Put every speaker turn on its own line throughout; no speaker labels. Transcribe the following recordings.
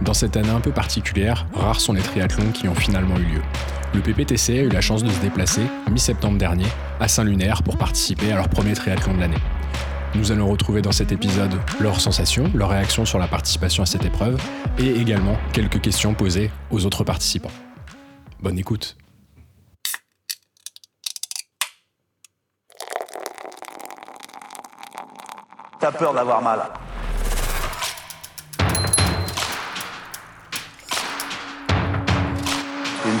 Dans cette année un peu particulière, rares sont les triathlons qui ont finalement eu lieu. Le PPTC a eu la chance de se déplacer, mi-septembre dernier, à Saint-Lunaire pour participer à leur premier triathlon de l'année. Nous allons retrouver dans cet épisode leurs sensations, leurs réactions sur la participation à cette épreuve et également quelques questions posées aux autres participants. Bonne écoute.
T'as peur d'avoir mal. C'est une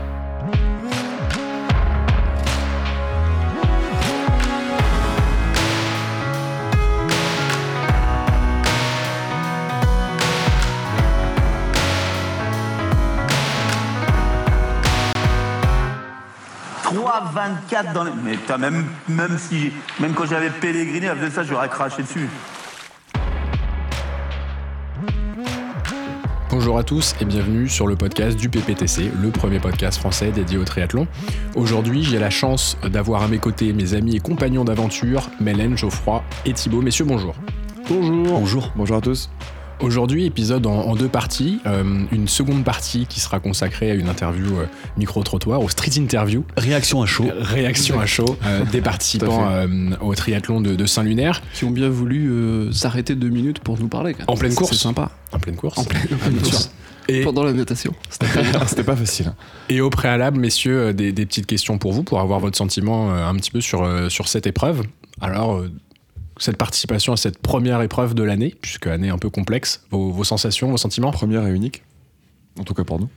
Trois 24 dans les... Mais putain, même, même, si, même quand j'avais pèleriné, à ça, j'aurais craché dessus.
Bonjour à tous et bienvenue sur le podcast du PPTC, le premier podcast français dédié au triathlon. Aujourd'hui, j'ai la chance d'avoir à mes côtés mes amis et compagnons d'aventure, Mélène, Geoffroy et Thibaut. Messieurs, bonjour.
Bonjour.
Bonjour.
Bonjour à tous.
Aujourd'hui, épisode en, en deux parties. Euh, une seconde partie qui sera consacrée à une interview euh, micro-trottoir, au street interview.
Réaction à chaud.
Réaction à chaud euh, des participants euh, au triathlon de, de Saint-Lunaire.
Qui ont bien voulu euh, s'arrêter deux minutes pour nous parler. Quand
En pleine
C'est-
course.
C'est sympa.
En pleine course. Ah,
En pleine course.
Et,
Pendant la natation.
C'était pas facile. hein.
et au préalable, messieurs, euh, des, des petites questions pour vous, pour avoir votre sentiment euh, un petit peu sur, euh, sur cette épreuve. Alors, euh, cette participation à cette première épreuve de l'année, puisque année un peu complexe, vos, vos sensations, vos sentiments
Première et unique. En tout cas pour nous.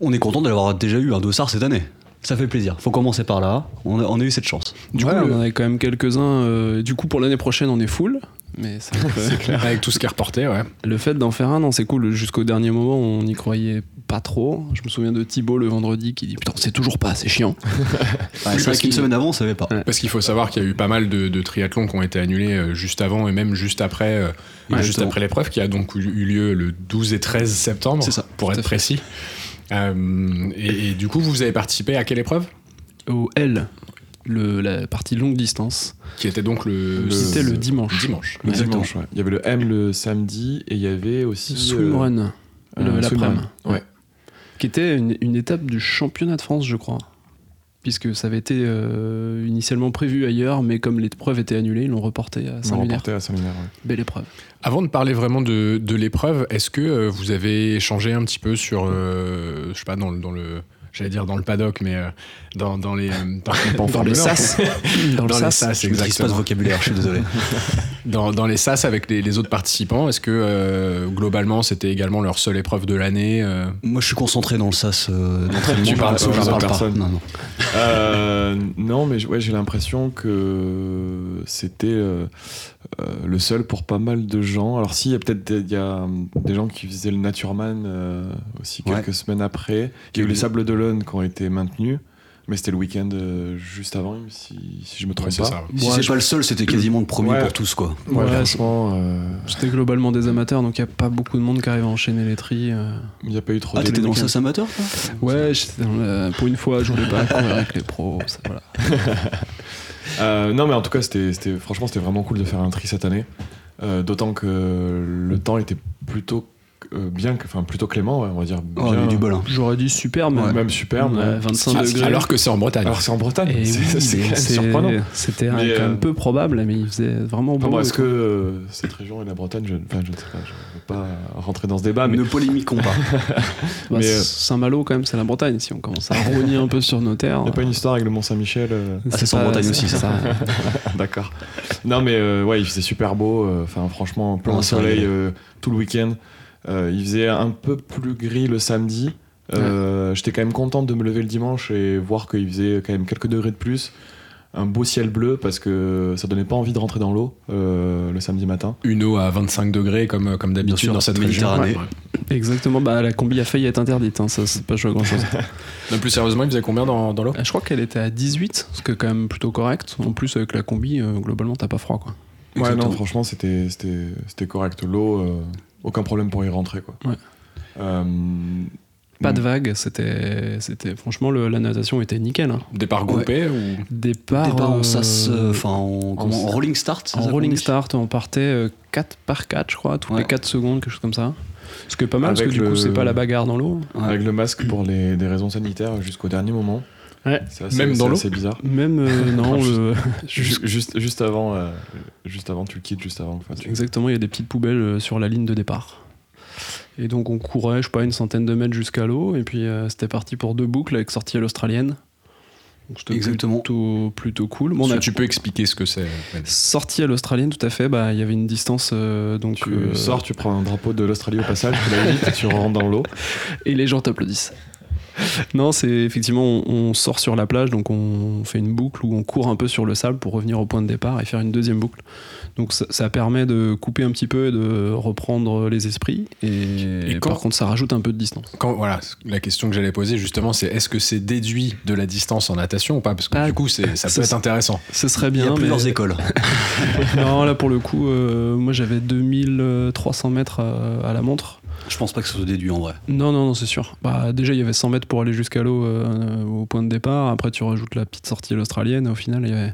On est content d'avoir déjà eu un dossard cette année. Ça fait plaisir. Faut commencer par là. On a, on a eu cette chance.
Du
Ouais,
coup,
le-
on en avait quand même quelques-uns. euh, du coup, pour l'année prochaine, on est full. Mais c'est vrai que,
Avec tout ce qui est reporté, ouais.
le fait d'en faire un, non, c'est cool. Jusqu'au dernier moment, on n'y croyait pas trop. Je me souviens de Thibaut le vendredi qui dit Putain, c'est toujours pas, c'est chiant.
c'est vrai
parce
qu'une
qu'il-
semaine avant, on savait pas.
Ouais.
Parce qu'il faut savoir qu'il y a eu pas mal de, de triathlons qui ont été annulés euh, juste avant et même juste après, euh,
Ouais,
juste
exactement.
après l'épreuve qui a donc eu eu lieu le 12 et 13 septembre,
C'est ça,
pour
tout
être
à fait.
précis. Euh, et, et du coup, vous avez participé à quelle épreuve
Au L, le- la partie longue distance.
Qui était donc le,
Le-
C'était le dimanche.
dimanche.
Le
Ouais.
dimanche, ouais. Il y avait le M le samedi et il y avait aussi. euh,
Swimrun.
euh,
le-
swim
l'après-midi.
run. Ouais.
qui était une, une étape du championnat de France, je crois. Puisque ça avait été euh, initialement prévu ailleurs, mais comme l'épreuve était annulée, ils l'ont reporté à
On
Saint-Lunaire.
remportait à Saint-Lunaire. ouais.
Belle épreuve.
Avant de parler vraiment de, de l'épreuve, est-ce que euh, vous avez échangé un petit peu sur, euh, je sais pas, dans, le- dans le, j'allais dire dans le paddock, mais euh, dans, dans les, euh, dans,
Dans le SAS. Dans le
Dans les
SAS.
SAS,
Je maîtrise pas ce
exactement.
vocabulaire, je suis désolé.
Dans, dans les SAS avec les, les autres participants, est-ce que euh, globalement c'était également leur seule épreuve de l'année euh,
Moi, je suis concentré dans le sas euh, d'entraînement.
Tu parles
Je
pas aux
parle
autres
pas.
personnes.
Non, non.
Euh, non, mais j- ouais, j'ai l'impression que c'était euh, euh, le seul pour pas mal de gens. Alors, si, il y a peut-être des, il y a, hum, des gens qui faisaient le Natureman euh, aussi
Ouais.
quelques semaines après. Il y a eu les Sables d'Olonne qui ont été maintenus, mais c'était le week-end euh, juste avant, si, si je me trompe
c'est
pas.
ça.
Si
Ouais,
c'est
je-
pas le seul, c'était quasiment le premier
Ouais.
pour tous, quoi.
Ouais,
Ouais,
franchement,
C'était globalement des amateurs, donc il n'y a pas beaucoup de monde qui arrive à enchaîner les tris. euh.
il n'y a pas eu trop
Ah,
de
t'étais dans le
week-ends.
sas amateur toi
Ouais, j'étais dans la- pour une fois, je voulais pas courir avec les pros. ça, voilà.
Euh, non, mais en tout cas, c'était, c'était- franchement, c'était vraiment cool de faire un tri cette année. Euh, d'autant que le temps était plutôt euh, bien, que- enfin plutôt clément, ouais, on va dire.
Oh, on a
bien,
eu du bol. hein.
J'aurais dit super, mais
Même superbe.
Ouais,
ouais.
25
Ah,
degrés.
Alors que c'est en Bretagne.
Alors c'est en Bretagne,
Et
c'est,
oui,
c'est
mais
quand même
c'est-
surprenant.
C'était un-
Mais,
quand
euh,
même peu probable, mais il faisait vraiment
Enfin,
beau.
bon, est-ce que euh, cette région et la Bretagne, je, enfin, je ne sais pas, je ne veux pas rentrer dans ce débat, mais
Ne polémiquons pas.
Bah,
mais, euh,
Saint-Malo, quand même, c'est la Bretagne. Si on commence à rogner un peu sur nos terres.
il n'y a pas une histoire avec le Mont Saint-Michel euh,
Ah, ça, c'est en Bretagne aussi, ça.
D'accord. Non, mais euh, ouais, il faisait super beau. euh, Enfin, franchement, plein
Ah,
de
c'est
soleil
vrai.
euh, tout le week-end. Euh, il faisait un peu plus gris le samedi. Euh, J'étais quand même contente de me lever le dimanche et voir qu'il faisait quand même quelques degrés de plus. Un beau ciel bleu parce que ça donnait pas envie de rentrer dans l'eau euh, le samedi matin.
Une eau à 25 degrés comme, comme
Bien
d'habitude
sûr,
dans cette région.
Méditerranée.
Ouais.
Exactement, bah la combi a failli être interdite, hein, ça c'est pas joué à grand chose.
Non, plus sérieusement, il faisait combien dans, dans l'eau
je crois qu'elle était à 18, ce qui est quand même plutôt correct. En plus, avec la combi, euh, globalement, t'as pas froid quoi.
Ouais, non,
Exactement.
franchement, c'était c'était- c'était correct. L'eau, euh, aucun problème pour y rentrer, quoi.
Ouais.
Euh,
Pas de vagues, c'était. c'était- Franchement, le- la natation était nickel. hein.
Départ groupé ou...
Départ,
Départ
euh,
en sas, euh, enfin en, comment, en rolling start. c'est
En
ça qu'on
rolling
dit
start, on partait euh, 4 par 4, je crois, toutes
Ouais.
les 4 secondes, quelque chose comme ça. Ce qui est pas mal, parce
Avec
que du
le-
coup, c'est pas la bagarre dans l'eau.
Ouais.
Avec le masque pour les, des raisons sanitaires jusqu'au dernier moment.
Ouais.
C'est assez-
Même
c'est
dans l'eau
assez bizarre.
Même, euh, non, le-
Ju- Juste, juste, avant, euh, juste avant, tu le quittes, juste avant. enfin, tu-
exactement, il y a des petites poubelles euh, sur la ligne de départ. Et donc, on courait, je sais pas, une centaine de mètres jusqu'à l'eau, et puis euh, c'était parti pour deux boucles avec sortie à l'australienne. Donc, c'était
Exactement.
Plutôt, plutôt cool. Bon, on
Si
a
tu peux expliquer ce que c'est. Ben.
sorti à l'australienne, tout à fait, bah, il y avait une distance, euh, donc.
Tu
euh,
sors, tu prends un drapeau de l'Australie au passage, tu l'évites, tu rentres dans l'eau.
et les gens t'applaudissent. Non, c'est effectivement, on, on sort sur la plage, donc on fait une boucle où on court un peu sur le sable pour revenir au point de départ et faire une deuxième boucle. Donc ça, ça permet de couper un petit peu et de reprendre les esprits. Et,
Et quand-
par contre, ça rajoute un peu de distance.
Quand, voilà, la question que j'allais poser justement, c'est est-ce que c'est déduit de la distance en natation ou pas Parce que
Ah,
du coup, c'est- ça
ça,
peut être
ça-
intéressant.
Ce serait
Il
bien.
y a plusieurs
mais-
écoles.
non, là pour le coup, euh, moi j'avais 2300 mètres euh, à la montre.
Je pense pas que ça soit déduit en vrai.
Non, non, non, c'est sûr. Bah, déjà, il y avait 100 mètres pour aller jusqu'à l'eau euh, au point de départ. Après, tu rajoutes la petite sortie à l'australienne. Au final, il y avait,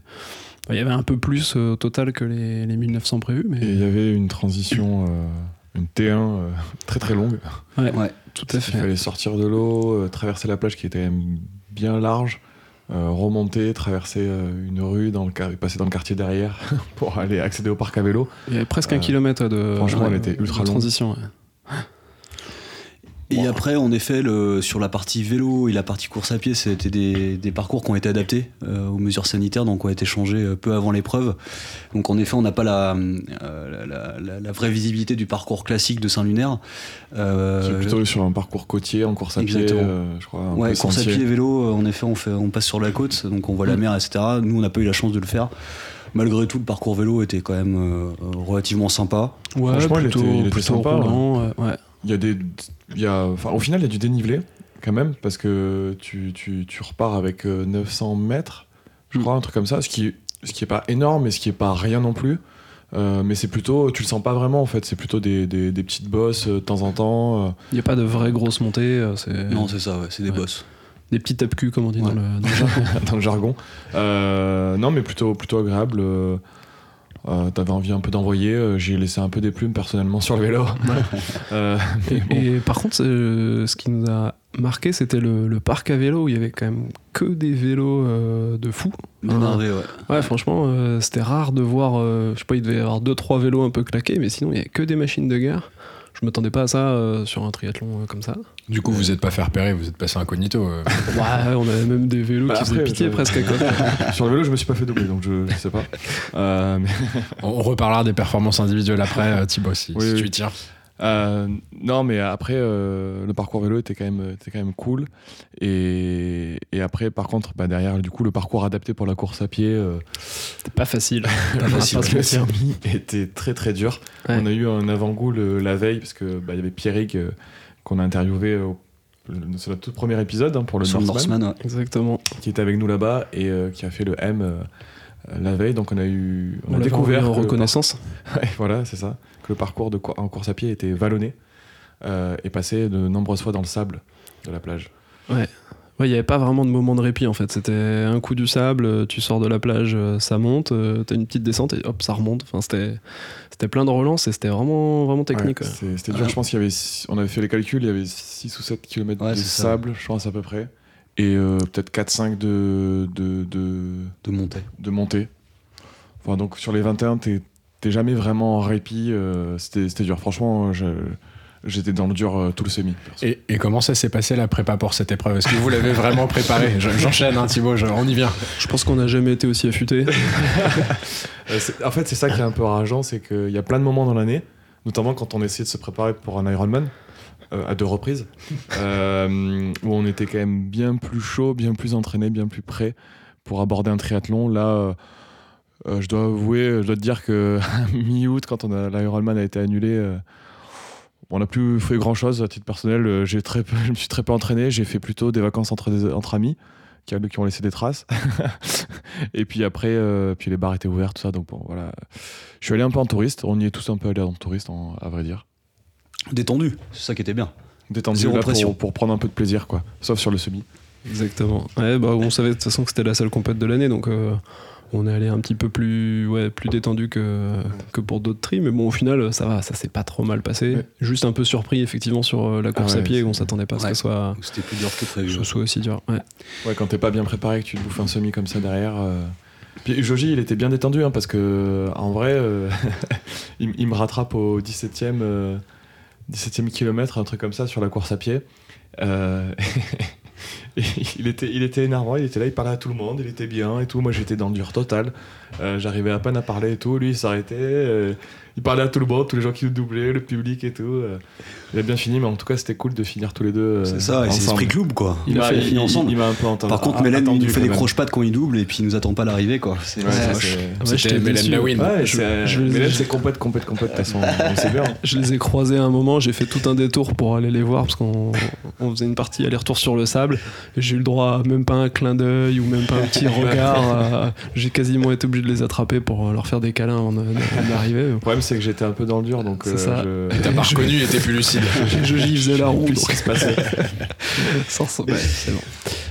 bah, il y avait un peu plus euh, au total que les, les 1900 prévus. Mais
Et il y avait une transition, euh, une T1 euh, très très longue.
Ouais.
tout à
Il
fait.
fallait sortir de l'eau, euh, traverser la plage qui était quand même bien large, euh, remonter, traverser euh, une rue, dans le quar- passer dans le quartier derrière pour aller accéder au parc à vélo.
Il y avait presque
Euh,
un kilomètre ouais, de,
franchement, elle
ouais,
était
de
ultra longue.
transition. ouais.
Et
Wow.
après, en effet, le, sur la partie vélo et la partie course à pied, c'était des, des parcours qui ont été adaptés euh, aux mesures sanitaires, donc ont été changés euh, peu avant l'épreuve. Donc en effet, on n'a pas la, euh, la, la- la vraie visibilité du parcours classique de Saint-Lunaire. Euh,
C'est plutôt sur un parcours côtier, en course à
Exactement.
pied, euh, je crois. Un
ouais,
peu
course à
sentier.
pied, vélo, euh, en effet, on, fait, on passe sur la côte, donc on voit
Mm.
la mer, etc. Nous, on n'a pas eu la chance de le faire. Malgré tout, le parcours vélo était quand même euh, euh, relativement sympa.
Ouais,
Franchement, il
plutôt,
était- il était
plutôt
sympa, hein.
roulant, ouais. ouais.
Il y a des, il y a, enfin, au final, il y a du dénivelé quand même parce que tu, tu, tu repars avec euh, 900 mètres, je
Mm.
crois, un truc comme ça, ce qui, ce qui est pas énorme et ce qui est pas rien non plus. Euh, mais c'est plutôt, tu le sens pas vraiment en fait, c'est plutôt des, des, des petites bosses euh, de temps en temps. euh,
Il n'y a pas de vraie grosse montée. euh, C'est
Non, c'est ça, ouais, c'est des
ouais.
bosses.
des petits tapes cul, comme on dit dans
Ouais.
le. dans le jargon.
dans le jargon. Euh, non, mais plutôt, plutôt agréable. euh, euh, T'avais envie un peu d'envoyer. euh, J'ai laissé un peu des plumes personnellement sur le vélo. Euh, mais bon.
Et par contre, euh, ce qui nous a marqué, c'était le, le parc à vélo où il y avait quand même que des vélos euh, de fous.
Bien
Ouais.
narvé, ouais.
Ouais, franchement, euh, c'était rare de voir. euh, je sais pas, il devait y avoir 2-3 vélos un peu claqués, mais sinon, il y avait que des machines de guerre. Je m'attendais pas à ça euh, sur un triathlon euh, comme ça.
Du coup, vous n'êtes pas fait repérer, vous êtes passé incognito. euh.
Ouais, on avait même des vélos
Bah,
qui faisaient
après,
pitié
je-
presque à côté.
sur le vélo, je me suis pas fait doubler, donc je, je sais pas. Euh, mais-
On- On reparlera des performances individuelles après, euh, Thibaut, si,
Oui,
si
oui.
tu y tiens.
Euh, non, mais après, euh, le parcours vélo était quand même, était quand même cool. Et, et après, par contre, bah, derrière, du coup, le parcours adapté pour la course à pied, euh,
C'était pas facile. Pas
parce que le permis était très très dur.
Ouais.
On a eu un avant-goût le- la veille, parce que bah, il y avait Pierrick euh, qu'on a interviewé au- le- c'est notre tout premier épisode hein, pour le
Sur le
Northman,
Northman, ouais.
Exactement.
qui était avec nous là-bas et euh, qui a fait le M euh, euh, la veille. Donc on a eu, on, a
l'avait
découvert
envoyé
que
en
le
reconnaissance.
Ouais, voilà, c'est ça. Que le parcours de, cour- en course à pied était vallonné euh, et passé de nombreuses fois dans le sable de la plage.
Ouais, il n'y avait pas vraiment de moment de répit en fait. C'était un coup du sable, euh, tu sors de la plage, euh, ça monte, euh, t'as une petite descente et hop, ça remonte. Enfin, c'était, c'était plein de relances et c'était vraiment, vraiment technique.
Ouais,
ouais.
c'est- C'était dur,
Ouais.
je pense qu'il y avait, six- on avait fait les calculs, il y avait 6 ou 7 km
Ouais,
de
c'est ça.
sable, je pense à peu près. Et euh, peut-être 4-5 de, de, de,
de monter.
de montée. Enfin, donc sur les 21, t'es t'es jamais vraiment en répit. euh, C'était c'était dur. Franchement, je- j'étais dans le dur euh, tout le semi. perso.
Et, et comment ça s'est passé la prépa pour cette épreuve Est-ce que vous l'avez vraiment préparée Je- J'enchaîne, hein, Thibaut, je- on y vient.
Je pense qu'on n'a jamais été aussi affûté.
Euh, c'est- en fait, c'est ça qui est un peu rageant, c'est qu'il y a plein de moments dans l'année, notamment quand on essayait de se préparer pour un Ironman, euh, à deux reprises, euh, où on était quand même bien plus chaud, bien plus entraîné, bien plus prêt pour aborder un triathlon. Là, euh, euh, je dois avouer, je dois te dire que mi-août, quand on a- l'Ironman a été annulé, euh, On n'a plus fait grand chose à titre personnel. euh, J'ai très peu- je me suis très peu entraîné. J'ai fait plutôt des vacances entre, des- entre amis qui, a- qui ont laissé des traces. et puis après, euh, puis les bars étaient ouverts, tout ça. Donc bon, voilà. Je suis allé un peu en touriste. On y est tous un peu allés en touriste, en- à vrai dire.
Détendu, c'est ça qui était bien.
Détendu
Zéro
là, pour-
pression.
Pour, prendre un peu de plaisir, quoi. Sauf sur le semi.
Exactement. Ouais, bah, on savait de toute façon que c'était la seule compète de l'année, donc euh, on est allé un petit peu plus, ouais, plus détendu que, que pour d'autres tri. Mais bon, au final, ça va, ça s'est pas trop mal passé.
Ouais. Ah
Juste un peu surpris, effectivement, sur euh, la course
ouais,
à pied.
c'est-
On s'attendait pas à ce
Ouais.
que ce soit,
Donc C'était plus dur que prévu.
ce soit aussi dur. Ouais.
Ouais, quand t'es pas bien préparé, que tu te bouffes un semi comme ça derrière. euh. Puis Joji, il était bien détendu, hein, parce que en vrai, euh, il, m- il me rattrape au 17e, euh, 17e kilomètre, un truc comme ça, sur la course à pied. Euh, et il, était, il était énervant, il était là, il parlait à tout le monde, il était bien et tout. Moi, j'étais dans le dur total. Euh, J'arrivais à peine à parler et tout. Lui, il s'arrêtait. euh, il parlait à tout le monde, tous les gens qui nous doublaient, le public et tout. euh. il a bien fini, mais en tout cas, c'était cool de finir tous les deux. euh,
C'est ça, et c'est
ensemble.
l'esprit club quoi.
Il
Le
m'a
fait de
il,
finir ensemble.
il- il m'a un peu entendu.
Par contre,
a-
Mélène, il
attendu
nous fait des
quand même.
croche-pattes quand il double et puis il nous attend pas à l'arrivée quoi. C'est
Ah Ouais,
c'est
c'est-
moche.
Ouais,
C'était
j'étais
Mélène
déçu.
Lawin.
Ouais,
je-
c'est-
je-
Mélène, c'est compète, compète, compète. De toute façon, on sait bien.
Je les ai croisés à un moment, j'ai fait tout un détour pour aller les voir parce qu'on on faisait une partie aller-retour sur le sable. et J'ai eu le droit à même pas un clin d'œil ou même pas un petit regard. euh, j'ai quasiment été obligé de les attraper pour euh, leur faire des câlins avant de- de- d'arriver.
Le problème, c'est que j'étais un peu dans le dur, donc
C'est
euh,
ça.
je-
T'as pas reconnu et t'es plus lucide.
Je j'y faisais la
je sais
roue.
plus ce
donc
qui se passait.
sans- sans- ouais, c'est bon.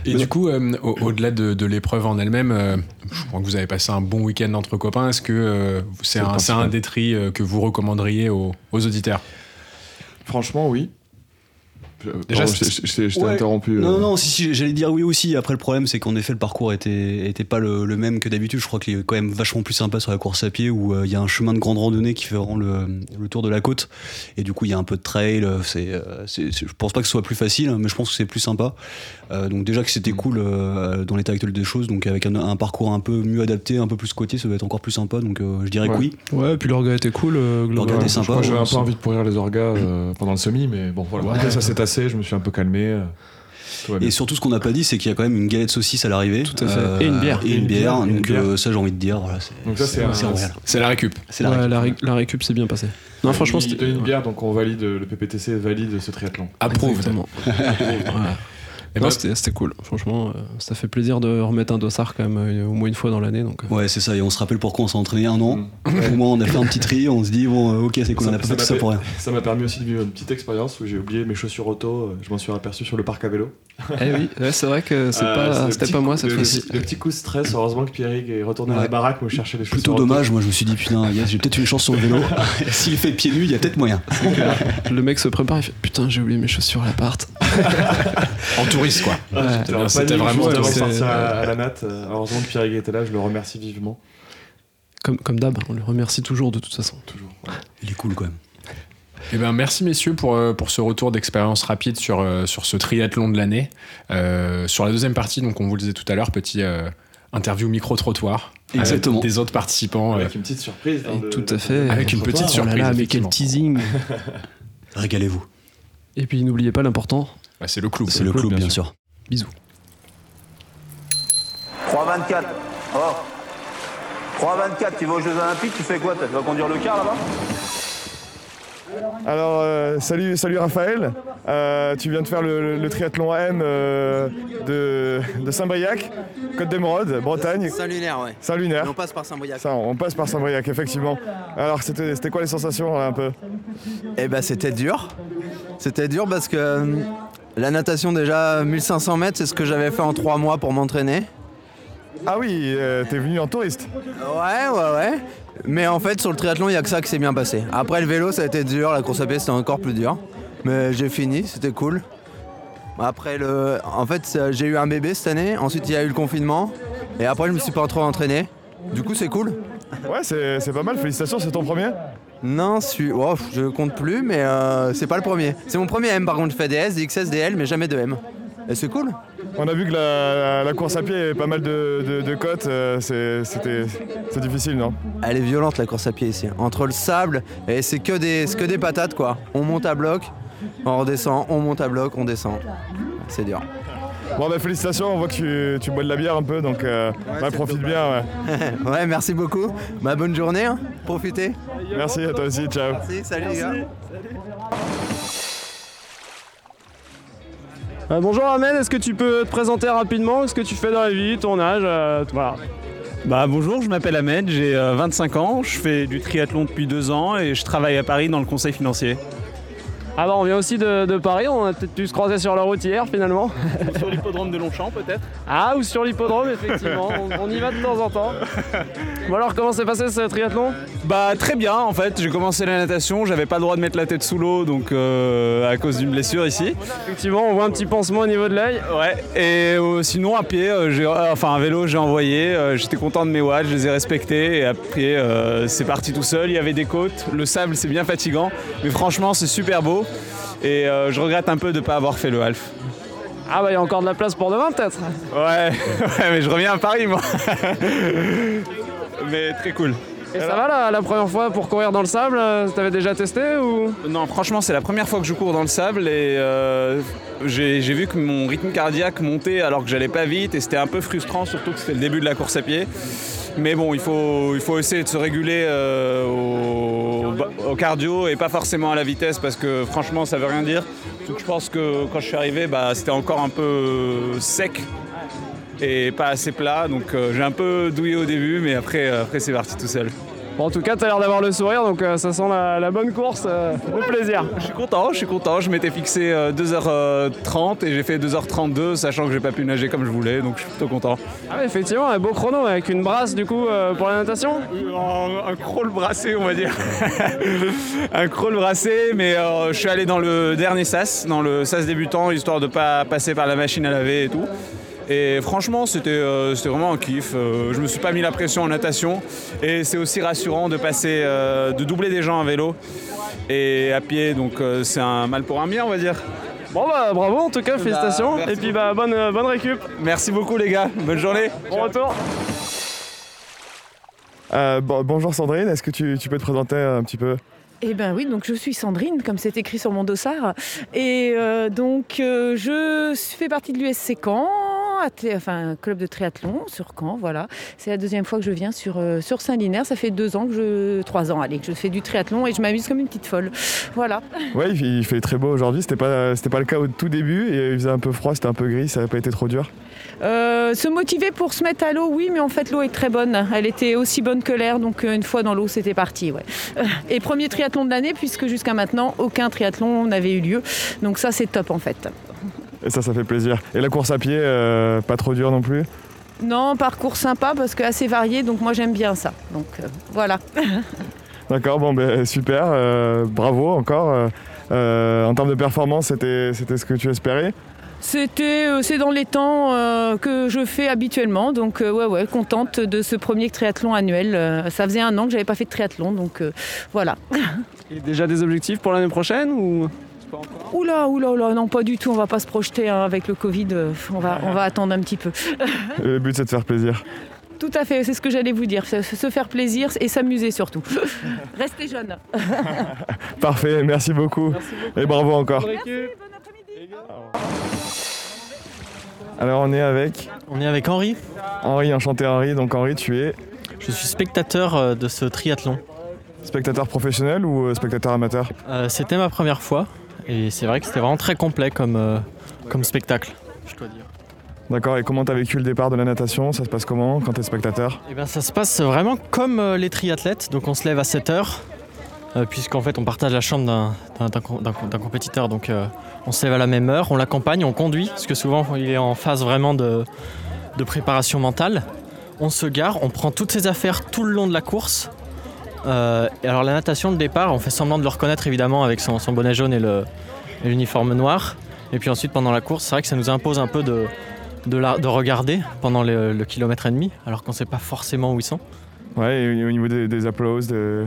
Et du coup, euh, au- au-delà de, de l'épreuve en elle-même, euh, je crois que vous avez passé un bon week-end entre copains. Est-ce que euh, c'est
C'est le
un, c'est un
principal.
des tris euh, que vous recommanderiez aux, aux auditeurs
Franchement, oui. Euh,
Déjà,
pardon,
c'est-
je, je- je t'ai- je t'ai
Ouais.
interrompu.
Non,
euh.
non, si, si, j'allais dire oui aussi. Après, le problème, c'est qu'en effet, le parcours était, était pas le, le même que d'habitude. Je crois qu'il est quand même vachement plus sympa sur la course à pied où euh, il y a un chemin de grande randonnée qui fait vraiment le, le tour de la côte. Et du coup, il y a un peu de trail. euh, C'est, euh, c'est- c'est- je pense pas que ce soit plus facile, hein, mais je pense que c'est plus sympa. Euh, donc, déjà que c'était cool euh, dans l'état actuel des choses. Donc, avec un, un parcours un peu mieux adapté, un peu plus côtier, ça doit être encore plus sympa. Donc, euh, je dirais que
Ouais.
oui.
Ouais, puis leur gars était cool. euh, globalement.
gars était
Ouais,
sympa,
moi, J'avais
ouais,
un
c'est-
peu envie de pourrir les orgas euh, pendant le semi, mais bon, voilà.
Ouais.
Après, ça s'est tassé, je me suis un peu calmé. euh, tout va bien.
Et surtout, ce qu'on n'a pas dit, c'est qu'il y a quand même une galette saucisse à l'arrivée. Euh,
Tout à fait. Et une bière.
Et une bière.
Et une
donc,
bière.
euh, ça, j'ai envie de dire. Voilà, c'est,
Donc ça, c'est un-
c'est royal.
C'est la récup.
C'est la
Ouais,
règle.
la, ré- la récup s'est bien passée. Non, franchement,
Il
c'était.
donne une bière, donc on valide euh, le PPTC, valide ce triathlon.
Approuve.
Exactement. Ouais.
Eh
Non,
ben,
c'était c'était cool. Franchement, euh, ça fait plaisir de remettre un dossard quand même euh, au moins une fois dans l'année. Donc, euh,
Ouais, c'est ça, et on se rappelle pourquoi on s'est entraîné un an.
Mm.
Au moins, on a fait un petit tri, on se dit, bon, euh, ok, c'est cool,
Ça-
on a pas
ça
fait
m'a
tout ça
fait-
pour rien.
Ça m'a permis aussi de vivre une petite expérience où j'ai oublié mes chaussures auto. euh, Je m'en suis aperçu sur le parc à vélo.
Eh oui, ouais, c'est vrai que c'est
Euh,
pas,
le
c'était
petit
pas
coup-
moi cette
le-
fois-ci.
Le, le petit coup de stress, heureusement que Pierrick est retourné à
Ouais.
la baraque où chercher les choses.
Plutôt dommage, moi je me suis dit, putain, yes, j'ai peut-être une chance sur le vélo. S'il fait pieds nus, il y a peut-être moyen.
Le mec se prépare, il fait Putain, j'ai oublié mes chaussures à l'appart.
En touriste, quoi.
Ouais.
C'était
C'était
vraiment-
vraiment avant de
c'est-
sortir à, à la natte. euh, Heureusement que Pierrick était là, je le remercie vivement.
Comme, comme d'hab, on le remercie toujours de toute façon.
Toujours.
Il est cool quand même.
Eh ben, merci messieurs pour, euh, pour ce retour d'expérience rapide sur, euh, sur ce triathlon de l'année. Euh, sur la deuxième partie, donc on vous le disait tout à l'heure, petit euh, interview micro-trottoir avec
Exactement.
des autres participants. euh,
Avec une petite surprise. hein, dans
Et
le-
tout à fait.
Avec une petite
Oh là
surprise,
là, mais quel
effectivement.
teasing
Régalez-vous.
Et puis n'oubliez pas l'important
bah, c'est le clou.
C'est le club, bien sûr.
3,24. Oh. 3,24, tu vas aux Jeux Olympiques, tu fais quoi Tu vas conduire le car là-bas
Alors, euh, salut, salut Raphaël. Euh, tu viens de faire le, le triathlon AM euh, de, de Saint-Briac, Côte d'Emeraude, Bretagne,
Saint-Lunaire, ouais. Et
Saint-Lunaire.
on passe par Saint-Briac.
Ça, on passe par Saint-Briac, effectivement. Alors, c'était c'était quoi les sensations là, un peu
Eh ben, c'était dur. C'était dur parce que euh, la natation, déjà 1500 mètres, c'est ce que j'avais fait en 3 mois pour m'entraîner.
Ah oui, euh, t'es venu en touriste.
Ouais, ouais, ouais. Mais en fait, sur le triathlon, il n'y a que ça qui s'est bien passé. Après, le vélo, ça a été dur. La course à pied, c'était encore plus dur. Mais j'ai fini, c'était cool. Après, le... en fait, ça- j'ai eu un bébé cette année. Ensuite, il y a eu le confinement. Et après, je me suis pas trop entraîné. Du coup, c'est cool.
Ouais, c'est c'est pas mal, félicitations, c'est ton premier
Non, celui- oh, je compte plus, mais euh, c'est pas le premier. C'est mon premier M par contre, je fais des S, des XS, des L, mais jamais de M. Et c'est cool.
On a vu que la, la course à pied avait pas mal de, de- de côtes, euh, c'est c'était- c'est difficile, non
Elle est violente la course à pied ici. Entre le sable et c'est que des, c'est que des patates quoi. On monte à bloc, on redescend, on monte à bloc, on descend. C'est dur.
Bon, bah félicitations, on voit que tu, tu bois de la bière un peu, donc euh, bah, profite bien. ouais.
ouais, merci beaucoup. Bah, bonne journée, hein. profitez.
Merci à toi aussi, ciao.
Merci, salut les gars.
Euh, bonjour Ahmed, est-ce que tu peux te présenter rapidement ce que tu fais dans la vie, ton âge euh, Voilà.
Bah bonjour, je m'appelle Ahmed, j'ai euh, 25 ans, je fais du triathlon depuis deux ans et je travaille à Paris dans le conseil financier.
Ah bah on vient aussi de, de Paris, on a peut-être dû se croiser sur la route hier finalement.
Sur l'hippodrome de Longchamp peut-être
Ah ou sur l'hippodrome effectivement, on, on y va de temps en temps. Bon alors comment s'est passé ce triathlon
Bah très bien en fait, j'ai commencé la natation, j'avais pas le droit de mettre la tête sous l'eau donc euh, à cause d'une blessure ici.
Effectivement on voit un petit pansement au niveau de l'œil.
Ouais, et euh, sinon à pied, euh, j'ai- euh, enfin un vélo j'ai envoyé, euh, j'étais content de mes watts, je les ai respectés et à pied euh, c'est parti tout seul, il y avait des côtes, le sable c'est bien fatigant mais franchement c'est super beau et euh, je regrette un peu de pas avoir fait le half.
Ah bah il y a encore de la place pour demain peut-être
Ouais, ouais, mais je reviens à Paris moi. mais très cool.
Et ça va là, la première fois pour courir dans le sable euh, T'avais déjà testé ou
Non, franchement, c'est la première fois que je cours dans le sable et euh, j'ai j'ai vu que mon rythme cardiaque montait alors que j'allais pas vite et c'était un peu frustrant, surtout que c'était le début de la course à pied. Mais bon, il faut, il faut essayer de se réguler euh, au, au cardio et pas forcément à la vitesse parce que franchement, ça veut rien dire. Donc, je pense que quand je suis arrivé, bah, c'était encore un peu euh, sec et pas assez plat. Donc euh, j'ai un peu douillé au début, mais après, euh, après c'est parti tout seul.
Bon, En tout cas t'as l'air d'avoir le sourire donc euh, ça sent la, la bonne course, euh, le plaisir.
Je suis content, je suis content. Je m'étais fixé euh, 2h30 et j'ai fait 2h32, sachant que j'ai pas pu nager comme je voulais, donc je suis plutôt content.
Ah ouais, effectivement un beau chrono avec une brasse du coup euh, pour la natation
Un crawl brassé, on va dire. un crawl brassé, mais euh, je suis allé dans le dernier sas, dans le sas débutant, histoire de pas passer par la machine à laver et tout. Et franchement, c'était euh, c'était vraiment un kiff. Euh, je me suis pas mis la pression en natation. Et c'est aussi rassurant de passer, euh, de doubler des gens à vélo et à pied. Donc euh, c'est un mal pour un bien, on va dire.
Bon bah bravo en tout cas, félicitations.
merci
Et puis bah bonne, euh, bonne récup,
Merci beaucoup les gars, bonne journée.
bon retour.
Euh, bon- bonjour Sandrine, est-ce que tu, tu peux te présenter un petit peu
Eh bien oui, donc je suis Sandrine, comme c'est écrit sur mon dossard. Et euh, donc euh, je fais partie de l'USC Caen, athlé- enfin club de triathlon sur Caen, voilà. C'est la deuxième fois que je viens sur, euh, sur Saint-Linaire. Ça fait deux ans que je... Trois ans, allez, que je fais du triathlon et je m'amuse comme une petite folle. Voilà.
Ouais, il, il fait très beau aujourd'hui, c'était pas, c'était pas le cas au tout début, et il faisait un peu froid, c'était un peu gris, ça n'a pas été trop dur.
Euh, se motiver pour se mettre à l'eau, oui, mais en fait l'eau est très bonne. Elle était aussi bonne que l'air, donc euh, une fois dans l'eau, c'était parti. Ouais. Euh, Et premier triathlon de l'année, puisque jusqu'à maintenant, aucun triathlon n'avait eu lieu. Donc ça, c'est top en fait.
Et ça, ça fait plaisir. Et la course à pied, euh, pas trop dur non plus
Non, parcours sympa parce que assez varié, donc moi j'aime bien ça. Donc euh, voilà.
D'accord, bon, ben, super, euh, bravo encore. euh, euh, en termes de performance, c'était c'était ce que tu espérais
C'était, euh, c'est dans les temps euh, que je fais habituellement, donc euh, ouais ouais, contente de ce premier triathlon annuel. Euh, ça faisait un an que j'avais pas fait de triathlon, donc euh, voilà.
Et déjà des objectifs pour l'année prochaine ou
Oula oula oula, non pas du tout, on va pas se projeter hein, avec le Covid, euh, on va on va attendre un petit peu.
Le but, c'est de faire plaisir.
Tout à fait, c'est ce que j'allais vous dire, se- se faire plaisir et s'amuser surtout. Restez jeunes.
Parfait, merci beaucoup. Et bravo encore. Alors, on est avec
On est avec Henri.
Henri, enchanté Henri. Donc, Henri, tu es
Je suis spectateur euh, de ce triathlon.
spectateur professionnel ou euh, spectateur amateur
Euh, c'était ma première fois et c'est vrai que c'était vraiment très complet comme, euh, comme spectacle, je dois dire.
D'accord, et comment t'as vécu le départ de la natation Ça se passe comment quand t'es spectateur
Et bien Eh ben, ça se passe vraiment comme euh, les triathlètes, donc on se lève à 7 heures. euh, Puisqu'en fait, on partage la chambre d'un- d'un- d'un com- d'un com- d'un compétiteur. Donc, euh, on se lève à la même heure, on l'accompagne, on conduit, parce que souvent, il est en phase vraiment de, de préparation mentale. On se gare, on prend toutes ses affaires tout le long de la course. Euh, et alors, la natation, le départ, on fait semblant de le reconnaître évidemment avec son, son bonnet jaune et le- et l'uniforme noir. Et puis ensuite, pendant la course, c'est vrai que ça nous impose un peu de, de, la- de regarder pendant le, le kilomètre et demi, alors qu'on ne sait pas forcément où ils sont.
Ouais, et au niveau des, des applauses, de-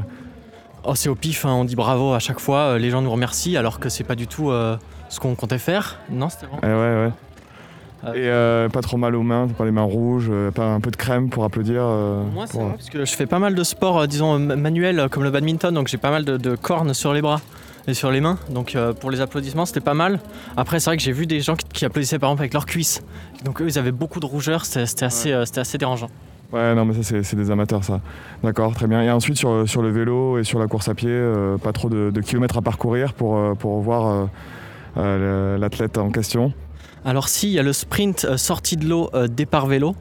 Oh, c'est au pif, hein, on dit bravo à chaque fois, euh, les gens nous remercient alors que c'est pas du tout euh, ce qu'on comptait faire. Non, c'était vraiment.
Eh ouais, ouais.
Euh,
Et euh, pas trop mal aux mains, pas les mains rouges, euh, pas un peu de crème pour applaudir. euh,
Moi, c'est
pour-
vrai, parce que je fais pas mal de sports, euh, disons, euh, manuels, euh, comme le badminton, donc j'ai pas mal de, de cornes sur les bras et sur les mains. Donc euh, pour les applaudissements, c'était pas mal. Après, c'est vrai que j'ai vu des gens qui, qui applaudissaient par exemple avec leurs cuisses. Donc eux, ils avaient beaucoup de rougeur, c'était c'était assez, euh, c'était assez dérangeant.
Ouais, non, mais ça, c'est c'est des amateurs, ça. D'accord, très bien. Et ensuite, sur, sur le vélo et sur la course à pied, euh, pas trop de, de kilomètres à parcourir pour, euh, pour voir euh, euh, le- l'athlète en question.
Alors si, il y a le sprint euh, sortie de l'eau euh, départ vélo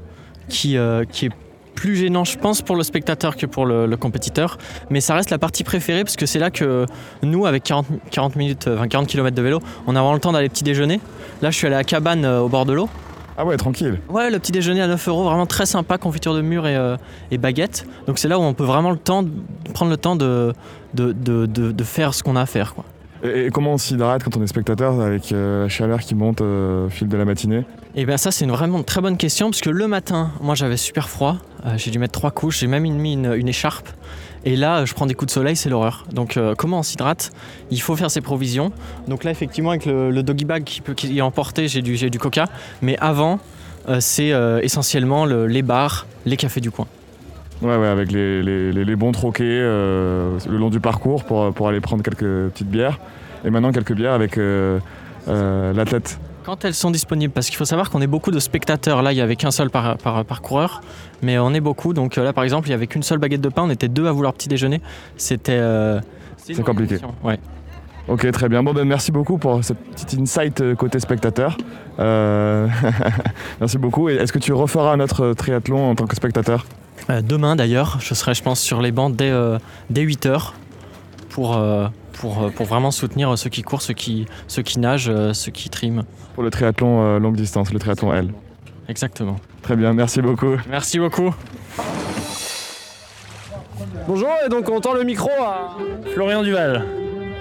qui, euh, qui est plus gênant, je pense, pour le spectateur que pour le, le compétiteur. Mais ça reste la partie préférée parce que c'est là que nous, avec 40, 40 minutes, euh, enfin 40 km de vélo, on a vraiment le temps d'aller petit déjeuner. Là, je suis allé à cabane euh, au bord de l'eau.
Ah ouais, tranquille.
Ouais, le petit déjeuner à 9 euros, vraiment très sympa, confiture de mûre et, euh, et baguette. Donc c'est là où on peut vraiment le temps, de- prendre le temps de, de, de- de- de faire ce qu'on a à faire. Quoi.
Et, et comment on s'hydrate quand on est spectateur avec euh, la chaleur qui monte euh, au fil de la matinée
Et bien Eh ben, ça c'est une vraiment très bonne question parce que le matin, moi j'avais super froid, Euh, j'ai dû mettre trois couches, j'ai même mis une, une écharpe. Et là, euh, je prends des coups de soleil, c'est l'horreur. Donc, euh, comment on s'hydrate Il faut faire ses provisions. Donc là, effectivement, avec le, le doggy bag qui, peut, qui est emporté, j'ai du, j'ai du coca. Mais avant, euh, c'est euh, essentiellement le- les bars, les cafés du coin.
Ouais, ouais, avec les, les- les- les bons troquets euh, le long du parcours pour, pour aller prendre quelques petites bières. Et maintenant, quelques bières avec euh, euh, l'athlète.
Quand elles sont disponibles, parce qu'il faut savoir qu'on est beaucoup de spectateurs. Là, il n'y avait qu'un seul par, par, par coureur, mais on est beaucoup. Donc euh, là, par exemple, il n'y avait qu'une seule baguette de pain. On était deux à vouloir petit déjeuner. C'était. euh,
C'est compliqué.
Ouais.
Ok, très bien. Bon, ben merci beaucoup pour cette petite insight euh, côté spectateur. Euh, merci beaucoup. Et est-ce que tu referas notre triathlon en tant que spectateur
Euh, demain, d'ailleurs, je serai, je pense, sur les bancs dès, 8h pour, euh, pour, euh, pour vraiment soutenir ceux qui courent, ceux qui, ceux qui nagent, euh, ceux qui triment.
Pour le triathlon euh, longue distance, le triathlon L.
Exactement.
Très bien, merci beaucoup.
Merci beaucoup.
Bonjour, et donc on tend le micro à Florian Duval.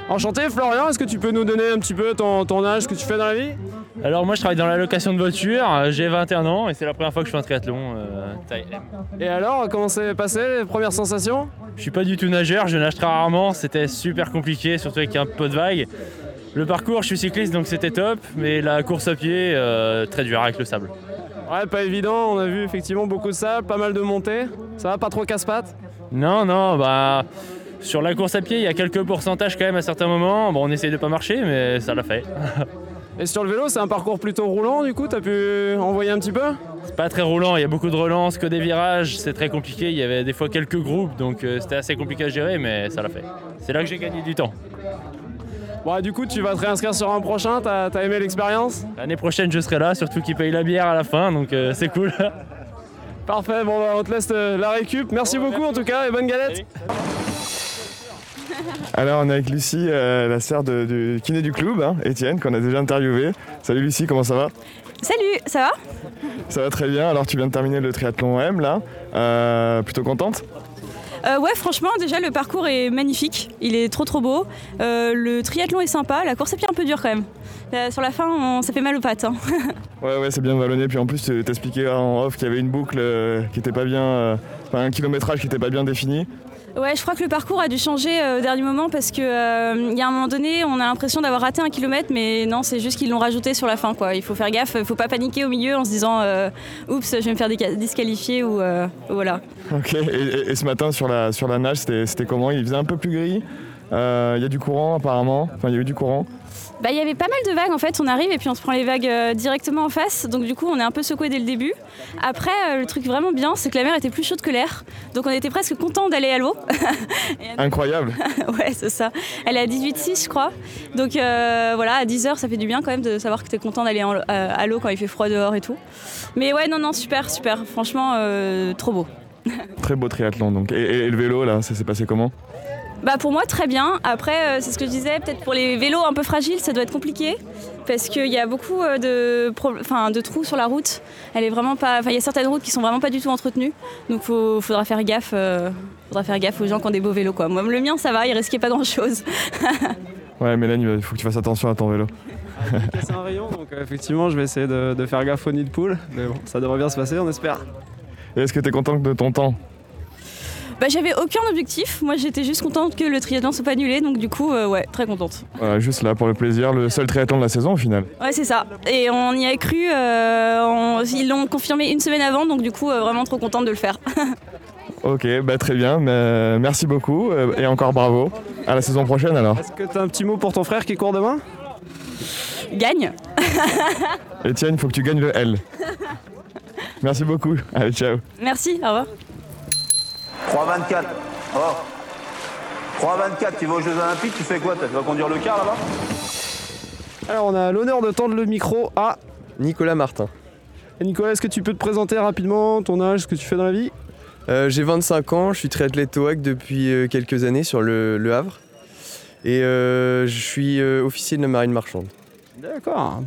Enchanté Florian, est-ce que tu peux nous donner un petit peu ton, ton âge, ce que tu fais dans la vie
Alors moi je travaille dans la location de voitures, euh, j'ai 21 ans et c'est la première fois que je fais un triathlon euh, taille M.
Et alors, comment s'est passé les premières sensations
Je suis pas du tout nageur, je nage très rarement, c'était super compliqué, surtout avec un peu de vague. Le parcours, je suis cycliste donc c'était top, mais la course à pied, euh, très dur avec le sable.
Ouais, pas évident, on a vu effectivement beaucoup de sable, pas mal de montées. Ça va, pas trop casse-pattes
Non, non, bah sur la course à pied, il y a quelques pourcentages quand même à certains moments. Bon, on essaye de pas marcher, mais ça l'a fait.
Et sur le vélo, c'est un parcours plutôt roulant, du coup, t'as pu envoyer un petit peu
C'est pas très roulant, il y a beaucoup de relances, que des virages, c'est très compliqué. Il y avait des fois quelques groupes, donc euh, c'était assez compliqué à gérer, mais ça l'a fait. C'est là que j'ai gagné du temps.
Bon, du coup, tu vas te réinscrire sur un prochain, Ah, t'as t'as aimé l'expérience
L'année prochaine, je serai là, surtout qu'ils payent la bière à la fin, donc euh, c'est cool.
Parfait, bon, bah, on te laisse euh, la récup. Merci beaucoup en tout cas et bonne galette.
Alors, on est avec Lucie, euh, la sœur de- du kiné du club, hein, Étienne, qu'on a déjà interviewé. Salut Lucie, comment ça va
Salut, ça va
Ça va très bien. Alors, tu viens de terminer le triathlon M, là. Euh, plutôt contente
Euh, Ouais, franchement, déjà le parcours est magnifique, il est trop trop beau. Euh, le triathlon est sympa, la course à pied un peu dure quand même. Euh, sur la fin, on- ça fait mal aux pattes. hein.
Ouais, ouais, c'est bien vallonné. Puis en plus, tu t'expliquais en off qu'il y avait une boucle euh, qui était pas bien. euh, Enfin, un kilométrage qui était pas bien défini.
ouais, je crois que le parcours a dû changer euh, au dernier moment parce que euh, il y a un moment donné, on a l'impression d'avoir raté un kilomètre, mais non, c'est juste qu'ils l'ont rajouté sur la fin. Quoi. Il faut faire gaffe, il faut pas paniquer au milieu en se disant euh, oups, je vais me faire déca- disqualifier ou euh, voilà.
Ok. Et, et- et ce matin, sur la, sur la nage, c'était c'était comment Il faisait un peu plus gris. Euh, Il y a du courant, apparemment. Enfin, il y a eu du courant.
Bah, il y avait pas mal de vagues en fait, on arrive et puis on se prend les vagues euh, directement en face, donc du coup on est un peu secoué dès le début. Après, euh, le truc vraiment bien, c'est que la mer était plus chaude que l'air, donc on était presque content d'aller à l'eau.
Incroyable.
ouais, c'est ça. Elle est à 18,6 je crois, donc euh, voilà, à 10h ça fait du bien quand même de savoir que t'es content d'aller en- euh, à l'eau quand il fait froid dehors et tout. Mais ouais, non, non, super, super, franchement, euh, trop beau.
Très beau triathlon. Donc. Et, et- et le vélo, là, ça s'est passé comment
Bah pour moi très bien. Après euh, c'est ce que je disais, peut-être pour les vélos un peu fragiles ça doit être compliqué parce qu'il y a beaucoup euh, de, pro- enfin, de trous sur la route. Elle est vraiment pas, enfin il y a certaines routes qui sont vraiment pas du tout entretenues. Donc faut, faudra faire gaffe, euh, faudra faire gaffe aux gens qui ont des beaux vélos quoi. Moi le mien ça va, il risquait pas grand chose.
Ouais, Mélanie, il faut que tu fasses attention à ton vélo.
C'est un rayon, donc euh, effectivement, je vais essayer de, de faire gaffe au nid de poule. Mais bon, ça devrait bien se passer, on espère.
Et est-ce que t'es content de ton temps
Bah j'avais aucun objectif. Moi j'étais juste contente que le triathlon soit pas annulé donc du coup euh, ouais très contente.
Voilà, Juste là, pour le plaisir, le seul triathlon de la saison, au final.
Ouais c'est ça. Et on y a cru. euh, on- ils l'ont confirmé une semaine avant donc du coup euh, vraiment trop contente de le faire.
Ok, bah très bien. mais- merci beaucoup euh, et encore bravo. À la saison prochaine alors.
Est-ce que t'as un petit mot pour ton frère qui court demain
Gagne.
Etienne, faut que tu gagnes le L. Merci beaucoup. Allez, ciao.
Merci, au revoir.
3,24. Oh. 3,24, tu vas aux Jeux Olympiques, tu fais quoi Tu vas conduire le car là-bas
Alors, on a l'honneur de tendre le micro à
Nicolas Martin.
Et Nicolas, est-ce que tu peux te présenter rapidement ton âge, ce que tu fais dans la vie
Euh, J'ai 25 ans, je suis triathlète WAC depuis euh, quelques années sur le, le Havre. Et euh, je suis euh, officier de la marine marchande.
D'accord.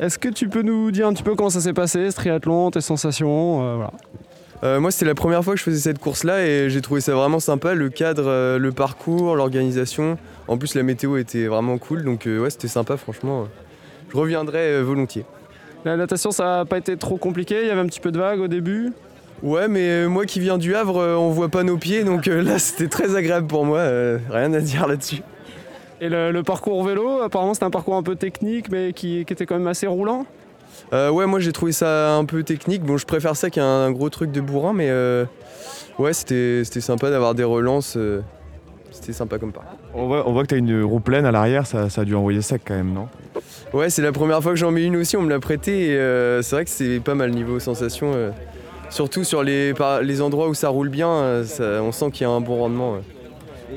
Est-ce que tu peux nous dire un petit peu comment ça s'est passé, ce triathlon, tes sensations euh, voilà.
Euh, moi, c'était la première fois que je faisais cette course-là et j'ai trouvé ça vraiment sympa, le cadre, euh, le parcours, l'organisation. En plus, la météo était vraiment cool, donc euh, ouais, c'était sympa, franchement. Je reviendrai euh, volontiers.
La natation, ça n'a pas été trop compliqué, il y avait un petit peu de vagues au début
Ouais, mais euh, moi qui viens du Havre, euh, on voit pas nos pieds, donc euh, là, c'était très agréable pour moi, euh, rien à dire là-dessus.
Et le, le parcours vélo, apparemment c'était un parcours un peu technique, mais qui, qui était quand même assez roulant.
Euh, ouais, moi j'ai trouvé ça un peu technique. Bon, je préfère ça qu'un gros truc de bourrin, mais euh, ouais, c'était c'était sympa d'avoir des relances. euh, c'était sympa comme part.
On voit, on voit que t'as une roue pleine à l'arrière, ça, ça a dû envoyer sec quand même, non
Ouais, c'est la première fois que j'en mets une aussi, on me l'a prêtée. et, euh, c'est vrai que c'est pas mal niveau sensation. euh. surtout sur les, par- les endroits où ça roule bien, euh, ça- on sent qu'il y a un bon rendement. ouais.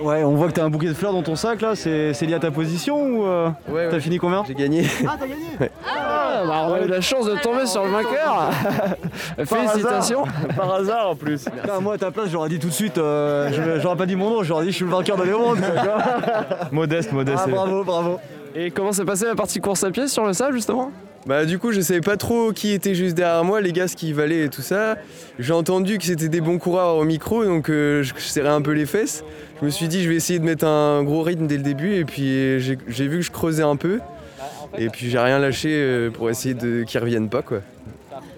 Ouais, on voit que t'as un bouquet de fleurs dans ton sac là, c'est c'est lié à ta position ou euh,
Ouais,
t'as
ouais.
fini combien
J'ai gagné.
Ah, t'as gagné
Ah, bah, on a eu la chance de tomber sur le vainqueur Félicitations
Par hasard en plus Putain, Moi à ta place j'aurais dit tout de suite, euh, je- j'aurais pas dit mon nom, j'aurais dit je suis le vainqueur de Léonde
Modeste, modeste.
Ah, bravo, bravo
Et comment s'est passée la partie course à pied sur le sable justement
Bah du coup je savais pas trop qui était juste derrière moi, les gars, ce qu'ils valaient et tout ça. J'ai entendu que c'était des bons coureurs au micro, donc euh, je, je serrais un peu les fesses. Je me suis dit je vais essayer de mettre un gros rythme dès le début et puis euh, j'ai j'ai vu que je creusais un peu. Et puis j'ai rien lâché euh, pour essayer de qu'ils reviennent pas quoi.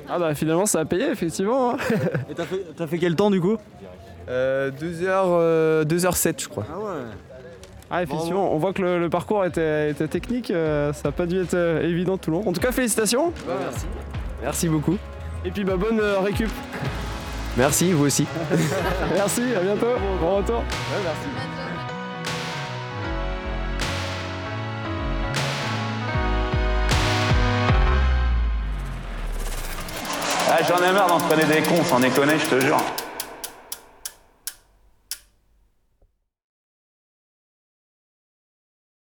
Ah bah finalement ça a payé effectivement hein.
Et t'as fait, t'as fait quel temps du coup
Euh, 2h07 je crois.
Ah ouais
Ah effectivement, on voit que le, le parcours était, était technique, euh, ça n'a pas dû être euh, évident tout le long. En tout cas félicitations
Bah,
merci. Merci beaucoup.
Et puis bah bonne euh, récup
Merci, vous aussi.
Merci, à bientôt, bon retour
Ah, J'en ai marre d'entraîner des cons, sans déconner, je te jure.